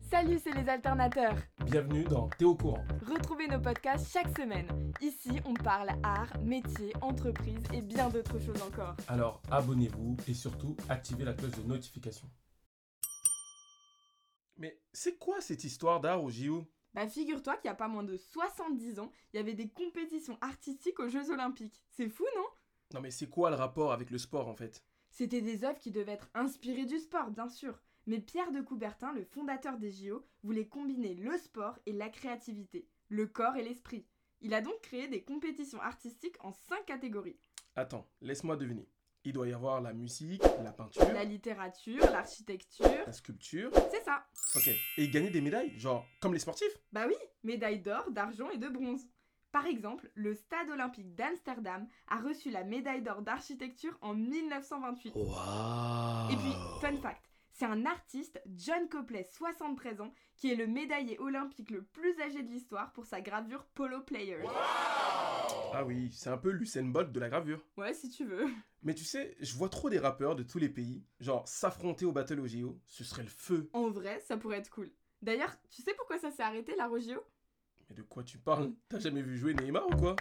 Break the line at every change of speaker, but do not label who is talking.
Salut, c'est les alternateurs.
Bienvenue dans Théo au courant.
Retrouvez nos podcasts chaque semaine. Ici, on parle art, métier, entreprise et bien d'autres choses encore.
Alors abonnez-vous et surtout activez la cloche de notification. Mais c'est quoi cette histoire d'art au JO
Bah figure-toi qu'il y a pas moins de 70 ans, il y avait des compétitions artistiques aux Jeux Olympiques. C'est fou, non
Non mais c'est quoi le rapport avec le sport en fait
C'était des œuvres qui devaient être inspirées du sport, bien sûr. Mais Pierre de Coubertin, le fondateur des JO, voulait combiner le sport et la créativité, le corps et l'esprit. Il a donc créé des compétitions artistiques en 5 catégories.
Attends, laisse-moi deviner. Il doit y avoir la musique, la peinture,
La littérature, l'architecture,
la sculpture.
c'est ça
Ok. Et gagner des médailles, genre comme les sportifs
Bah oui, médaille d'or, d'argent et de bronze. Par exemple, le Stade olympique d'Amsterdam a reçu la médaille d'or d'architecture en 1928.
Waouh
Et puis, fun fact, c'est un artiste, John Copley, 73 ans, qui est le médaillé olympique le plus âgé de l'histoire pour sa gravure Polo Player.
Ah oui, c'est un peu Lucien Bolt de la gravure.
Ouais, si tu veux.
Mais tu sais, je vois trop des rappeurs de tous les pays, genre s'affronter au battle au JO, ce serait le feu.
En vrai, ça pourrait être cool. D'ailleurs, tu sais pourquoi ça s'est arrêté, la Rogio
Mais de quoi tu parles T'as jamais vu jouer Neymar ou quoi